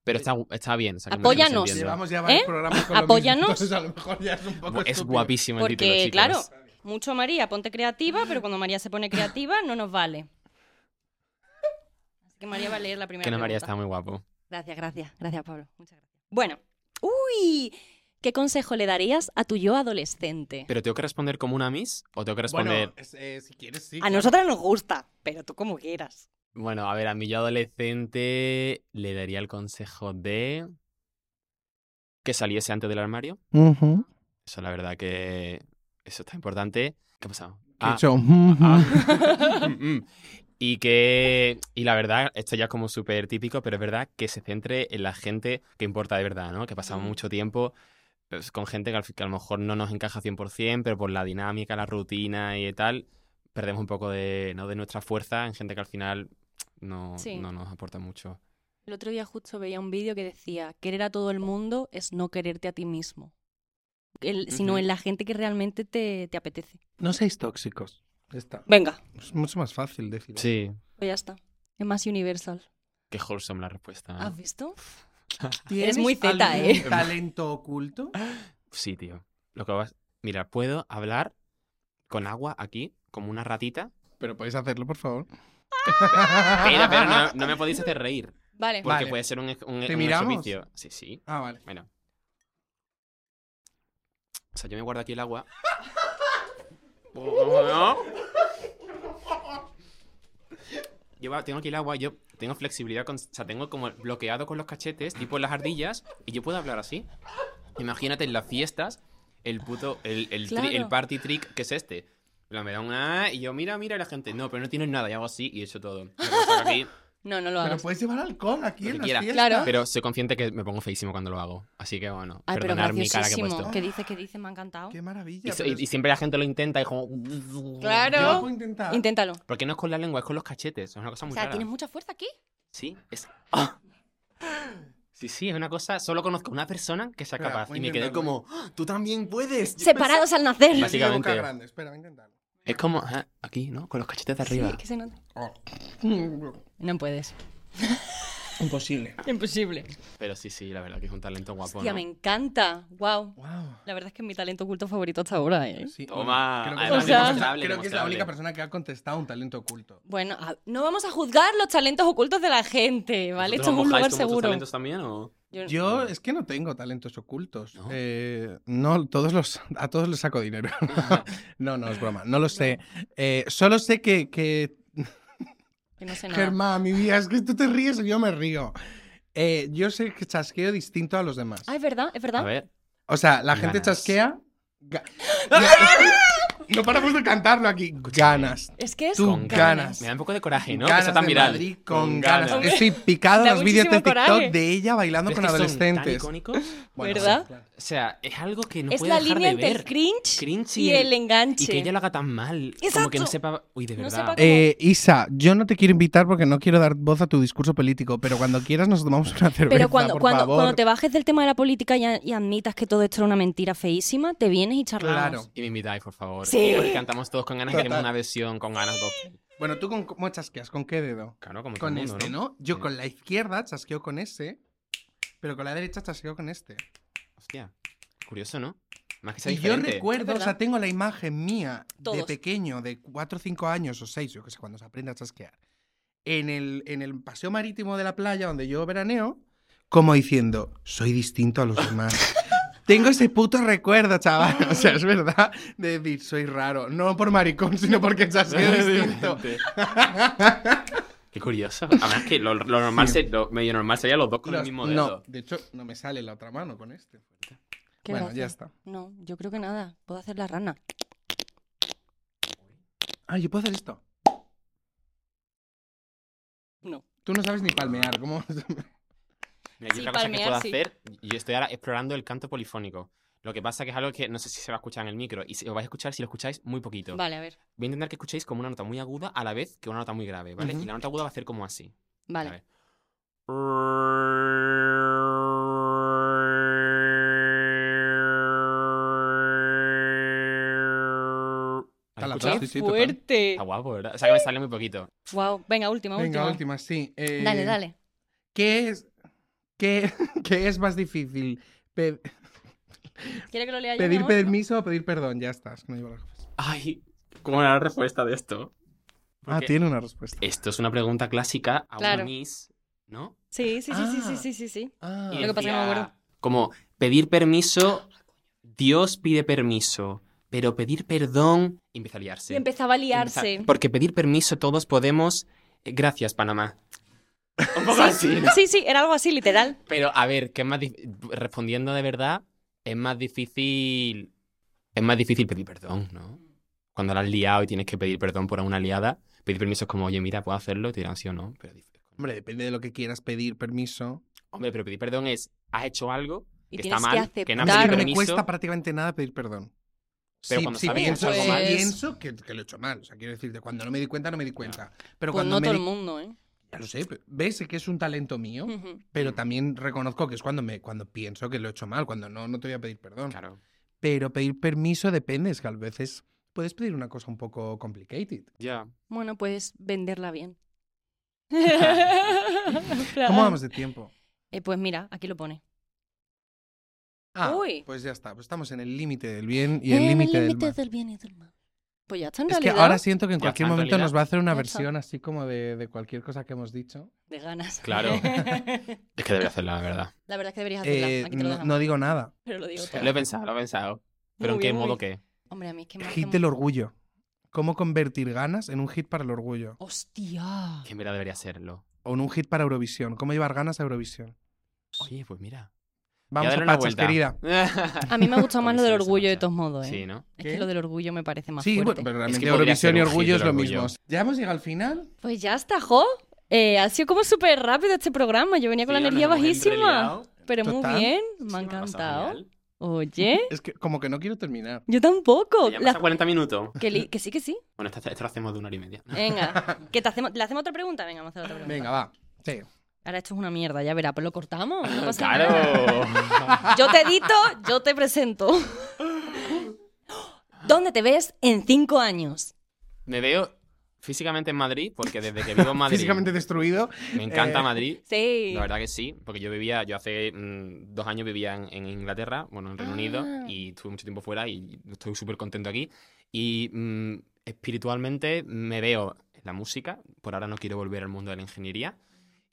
Pero está, gu- está bien. o sea, que me- que me
Apóyanos.
se entienda.
Llevamos ya varios
¿Eh?
programas con lo mismo,
Apóyanos.
entonces a lo mejor ya es un poco
Bu- Es
estúpido.
guapísimo el
Porque,
título, chicos.
claro, mucho María, ponte creativa, pero cuando María se pone creativa no nos vale. Así que María va a leer la primera
Que no, María
pregunta.
está muy guapo.
Gracias, gracias, gracias Pablo. Muchas gracias. Bueno, uy, ¿qué consejo le darías a tu yo adolescente?
¿Pero tengo que responder como una Miss? ¿O tengo que responder...?
Bueno, es- eh, si quieres, sí.
A nosotras nos gusta, pero tú como quieras.
Bueno, a ver, a mi yo adolescente le daría el consejo de... Que saliese antes del armario.
Ujú.
Eso la verdad que... Eso está importante. ¿Qué ha pasado?
Que
Ah,
yo, ujú.
Ah. Mm, mm. y que, y la verdad, esto ya es como súper típico, pero es verdad que se centre en la gente que importa de verdad, ¿no? Que pasamos
Mm.
mucho tiempo pues, con gente que, al fi- que a lo mejor no nos encaja 100%, pero por la dinámica, la rutina y tal, perdemos un poco de, ¿no? de nuestra fuerza en gente que al final no,
Sí.
no nos aporta mucho.
El otro día justo veía un vídeo que decía, querer a todo el mundo es no quererte a ti mismo, El- sino
Ujú.
en la gente que realmente te, te apetece.
No seáis tóxicos. Ya está.
Venga,
Es mucho más fácil decirlo.
Sí.
pues ya está. Es más universal.
Qué wholesome la respuesta. ¿eh? ¿no?
¿Has visto?
¿Tienes
muy zeta,
algún
¿eh?
talento oculto?
Sí, tío. Lo que vas... Mira, puedo hablar con agua aquí, como una ratita.
Pero podéis hacerlo, por favor.
Ah.
Pero, pero no, no me podéis hacer reír.
Vale.
Porque
Vale.
puede ser un, un,
¿Te
un
miramos?
exovicio. Sí, sí.
Ah, vale.
Bueno. O sea, yo me guardo aquí el agua. Yo yo va- tengo aquí el agua, yo tengo flexibilidad, con- o sea, tengo como bloqueado con los cachetes, tipo las ardillas, y yo puedo hablar así. Imagínate en las fiestas el puto, el, el, tri-
Claro.
el party trick que es este. En plan, Me da una y yo, mira, mira, y la gente, no, pero no tienes nada, y hago así y hecho todo. Me pasa aquí,
No, no lo
Pero
hagas.
puedes llevar alcohol aquí
Lo
en
que
las
quiera.
fiestas.
Claro.
Pero soy consciente que me pongo feísimo cuando lo hago. Así que bueno,
Ay, pero
perdonar mi cara que he
graciosísimo.
puesto.
¿Qué dices? ¿Qué dices? Me ha encantado.
Qué maravilla.
Y, so-
pero
y- y
es-
siempre la gente lo intenta y como.
Claro.
Yo lo puedo intentar.
Inténtalo.
Porque no es con la lengua, es con los cachetes. Es una cosa
O
muy
sea,
rara.
tienes mucha fuerza aquí.
Sí, es. ¡Ah! Sí, sí, es una cosa. Solo conozco a una persona que sea
Espera,
capaz.
voy
Y me quedé
intentando.
como. ¡Ah! ¡Tú también puedes! Yo
Separados al nacer.
Vale. básicamente.
Así de boca grande. Espera, voy a intentarlo.
pensé- Es como. ah, Aquí, ¿no? Con los cachetes de arriba.
Sí, que se nota.
Oh.
No puedes.
Imposible.
Imposible.
Pero sí, sí, la verdad que es un talento guapo.
Tía,
¿no?
me encanta. Wow.
Wow.
La verdad es que es mi talento oculto favorito hasta ahora, ¿eh?
Sí,
Toma,
bueno,
además
creo que, es la-
demostrable,
creo que es la
demostrable.
única persona que ha contestado un talento oculto.
Bueno,
Ah.
a- no vamos a juzgar los talentos ocultos de la gente, ¿vale? Esto
¿Vosotros
es un
mojáis
lugar
con vuestros
seguro.
talentos también o.?
Yo-
Yo es que no tengo talentos ocultos.
¿No?
Eh, no, todos los, a todos les saco dinero. no, no, es broma. No lo sé. Eh, solo sé que, que
yo no sé nada.
Germán, mi vida, es que tú te ríes y yo me río. Eh, yo sé que chasqueo distinto a los demás.
Ah, es verdad, es
A
verdad.
ver.
O sea, la gente
Ganas.
chasquea. ga- no paramos de cantarlo aquí. Ganas.
Es que es
Tú
Con
ganas.
Me da un poco de coraje, ¿no? que
Ganas
sea tan
de
viral.
Madrid con, ganas.
ganas.
Estoy picado en
Da
los vídeos de
muchísimo
TikTok
coraje.
de ella bailando
Pero es
con
que son tan
adolescentes.
icónicos.
¿Verdad?
sí, claro.
O sea, es algo que no
es
puede
la
dejar
línea
de
entre
ver.
el cringe,
Cringe
y el enganche.
Y que ella lo haga tan mal. Como que
Exacto.
no sepa. Uy, de
No
verdad.
sepa
Eh, Isa, yo no te quiero invitar porque no quiero dar voz a tu discurso político, pero cuando quieras nos tomamos una cerveza,
Pero cuando,
por
cuando,
favor.
cuando te bajes del tema de la política y, a- y admitas que todo esto era una mentira feísima, te vienes y charlamos.
Claro.
Y me invitáis, por favor.
Sí.
Porque cantamos todos con ganas y
Total.
queremos una versión con ganas dos.
Bueno, ¿tú con cómo chasqueas? ¿Con qué dedo?
Claro, como todo
Con
el mundo,
este,
¿no?
¿no? Yo
Sí.
con la izquierda chasqueo con ese, pero con la derecha chasqueo con este.
Hostia. Curioso, ¿no? Más que sea
Y
diferente.
yo recuerdo,
Es
o sea,
verdad.
tengo la imagen mía de
Todos.
pequeño, de 4 o 5 años o 6, yo que sé, cuando se aprende a chasquear, en el, en el paseo marítimo de la playa donde yo veraneo, como diciendo, soy distinto a los demás. Tengo ese puto recuerdo, chaval. O sea, es verdad de decir, soy raro. No por maricón, sino porque chasqueo distinto.
Diferente. Qué curioso. Además que lo, lo normal, se- lo medio normal sería los dos con
Los-
el mismo dedo.
no, de hecho, no me sale la otra mano con este.
Qué
bueno,
gracia.
ya está.
No, yo creo que nada. Puedo hacer la rana.
Ah, yo puedo hacer esto.
No.
Tú no sabes ni palmear. ¿Cómo?
Mira,
Sí,
yo otra cosa que
palmear,
puedo
sí.
hacer, yo estoy ahora explorando el canto polifónico. Lo que pasa que es algo que no sé si se va a escuchar en el micro y si lo vais a escuchar si lo escucháis muy poquito.
Vale, a ver.
Voy a intentar que escuchéis como una nota muy aguda a la vez que una nota muy grave, ¿vale?
Ujú.
Y la nota aguda va a hacer como así.
Vale.
A ver. ¿Has
Está la
escuchado?
tos, sí, sí, total.
¡Fuerte!
Está guapo, ¿verdad? O sea que me sale muy poquito.
Wow. Venga, última, última.
Venga, última, sí. Eh,
Dale, dale.
¿Qué es, qué, qué es más difícil? Pe-
¿Quieres que lo lea yo? mi
¿Pedir
amor?
permiso o pedir perdón? Ya estás. No llevo la respuesta.
Ay, ¿cómo era la respuesta de esto?
Ah,
Porque eh,
tiene una respuesta.
Esto es una pregunta clásica a
Claro.
una miss, ¿no?
Sí, sí, sí, sí, sí,
Ah.
sí, sí, sí.
Ah,
Y
Lo que pasa es que no me acuerdo.
Como pedir permiso, Dios pide permiso, pero pedir perdón y empieza a liarse.
Y empezaba a
Empezar-
liarse.
Porque pedir permiso todos podemos. eh, Gracias, Panamá. Un poco así, ¿no?
Sí, sí, era algo así, literal.
Pero a ver, que es más dif- respondiendo de verdad, es más difícil. Es más difícil pedir perdón, ¿no? Cuando la has liado y tienes que pedir perdón por una liada, pedir permiso es como, oye, mira, puedo hacerlo, y te dirán sí o no. Pero dif-
Hombre, depende de lo que quieras pedir permiso.
Hombre, pero pedir perdón es, has hecho algo
Y
que
tienes
está mal,
que
que no
A
has
mí
aceptar.
no
pedido
me
permiso.
cuesta prácticamente nada pedir perdón.
Pero
Sí,
cuando
sí,
sabes que has
pienso,
hecho algo
sí
mal.
pienso que, que lo he hecho mal. O sea, quiero decirte, cuando no me di cuenta, no me di cuenta.
Pues
Pero cuando
no
me
todo el
di-
mundo, ¿eh?
Ya lo sé, pero ves que es un talento mío,
Ujú.
pero también reconozco que es cuando me cuando pienso que lo he hecho mal, cuando no, no te voy a pedir perdón.
Claro.
Pero pedir permiso depende, es que a veces puedes pedir una cosa un poco complicated.
Ya.
Bueno, puedes venderla bien.
¿Cómo vamos de tiempo?
Eh, pues mira, aquí lo pone.
Ah,
Uy.
pues ya está, pues estamos en el límite del bien y el
Eh,
límite del mal.
bien y del mal. Pues ya está en
Es que
realidad.
ahora siento que en
Ya
cualquier
está, en
momento nos
realidad.
va a hacer una
Ya está.
versión así como de, de cualquier cosa que hemos dicho.
De ganas.
Claro. Es que debería hacerla, la verdad.
La verdad es que deberías hacerla.
Eh,
aquí te lo
no,
dejamos.
no digo nada.
Pero lo digo todo.
Lo he pensado, lo he pensado. ¿Pero
Muy
en qué
bien, muy
modo
bien.
qué?
Hombre, a mí es que me hace
Hit del orgullo. cómo convertir ganas en un hit para el orgullo.
¡Hostia!
Que en verdad debería serlo.
O en un hit para Eurovisión. Cómo llevar ganas a Eurovisión.
Oye, pues mira. Voy
Vamos
darle
a
una
pachas,
vuelta.
querida.
A mí me ha gustado más lo del
Comisiones en
orgullo de
marcha.
todos modos, ¿eh?
Sí, ¿no?
Es
¿Qué?
que lo del orgullo me parece más
Sí,
fuerte.
bueno, pero realmente
podría
Eurovisión
ser
y
un hit
orgullo es
del
lo
orgullo.
mismo. Ya hemos llegado al final.
Pues ya está, Jo. Eh, ha sido como súper rápido este programa. Yo venía con
Sí,
la
nos
energía
hemos
bajísima.
entreliado.
Pero
Total.
muy bien. Me
Sí,
ha
lo hemos pasado
encantado.
genial.
Oye,
Es que como que no quiero terminar.
yo tampoco.
Ya
Oh, La-
pasa 40 minutos.
que, li- que sí, que sí.
Bueno, esto, esto lo hacemos de una hora y media.
Venga. que te hacemos... ¿Le hacemos otra pregunta? Venga, vamos a hacer otra pregunta.
Venga, va. Sí.
Ahora esto es una mierda, ya verá. Pues lo cortamos. no pasa nada.
¡Claro!
Yo te edito, yo te presento. ¿Dónde te ves en cinco años?
Me veo físicamente en Madrid, porque desde que vivo en Madrid.
Físicamente destruido.
Me encanta
Eh,
Madrid.
Sí.
La verdad que sí, porque yo vivía, yo hace mm, dos años vivía en, en Inglaterra, bueno, en Reino
Ah.
Unido, y estuve mucho tiempo fuera y estoy súper contento aquí. Y mm, espiritualmente me veo en la música, por ahora no quiero volver al mundo de la ingeniería,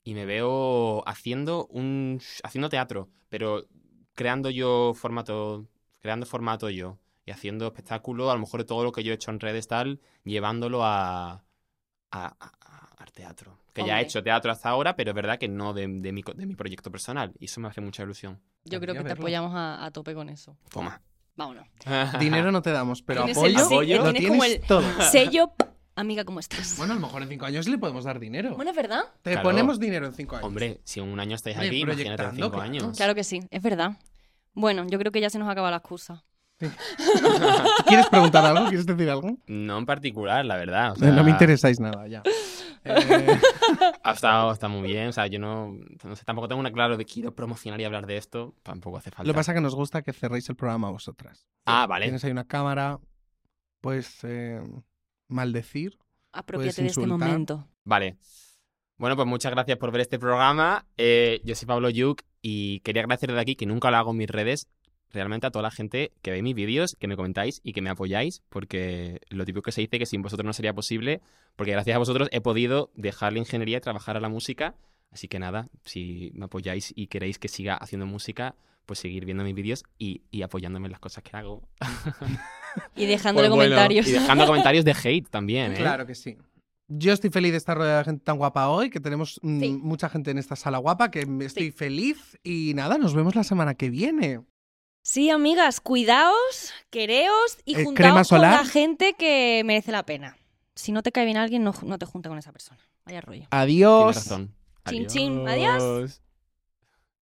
y me veo haciendo, un, haciendo teatro, pero creando yo formato, creando formato yo, y haciendo espectáculo, a lo mejor todo lo que yo he hecho en redes tal, llevándolo a, a- a- a- al teatro. Que ya he
Hombre.
hecho teatro hasta ahora, pero es verdad que no de, de mi, co- de mi proyecto personal. Y eso me hace mucha ilusión.
Yo creo
Habría
que te
verlo.
apoyamos a, a tope con eso.
Toma.
Vámonos.
Dinero no te damos, pero
Tienes
apoyo,
el- sí,
¿Apoyo?
lo
tienes como
tienes
el-
todo.
Sello, amiga, ¿cómo estás?
Bueno, a lo mejor en cinco años le podemos dar dinero.
Bueno, es verdad.
Te
Claro.
ponemos dinero en cinco años.
Hombre, si en un año estáis
Hombre,
aquí, imagínate en
proyectando,
cinco
claro.
años.
Claro que sí, es verdad. Bueno, yo creo que ya se nos acaba la excusa.
¿Quieres preguntar algo? ¿Quieres decir algo?
No en particular, la verdad. o sea,
No me interesáis nada, ya. Eh,
Ha estado, está muy bien. O sea, yo no, no sé, tampoco tengo una claro de quiero promocionar y hablar de esto. Tampoco hace falta.
lo que pasa es que nos gusta que cerréis el programa vosotras.
Ah, vale.
Tienes ahí una cámara, puedes eh, maldecir.
Apropiate
Puedes
de este
insultar.
momento.
Vale. Bueno, pues muchas gracias por ver este programa. Eh, yo soy Pablo Yuk y quería agradecer de aquí, que nunca lo hago en mis redes, realmente a toda la gente que ve mis vídeos, que me comentáis y que me apoyáis, porque lo típico que se dice que sin vosotros no sería posible, porque gracias a vosotros he podido dejar la ingeniería y trabajar a la música. Así que nada, si me apoyáis y queréis que siga haciendo música, pues seguir viendo mis vídeos y, y apoyándome en las cosas que hago.
Y dejándole
Pues bueno,
comentarios.
Y dejando comentarios de hate también, ¿eh?
Claro que sí. Yo estoy feliz de estar rodeada de gente tan guapa hoy, que tenemos mm,
Sí.
mucha gente en esta sala guapa, que me estoy
Sí.
feliz. Y nada, nos vemos la semana que viene.
Sí, amigas, cuidaos, quereos y
Eh, crema
juntaos con
solar.
la gente que merece la pena. Si no te cae bien alguien, no, no te junta con esa persona. Vaya rollo.
Adiós.
Tienes razón.
Chin, chin. Adiós.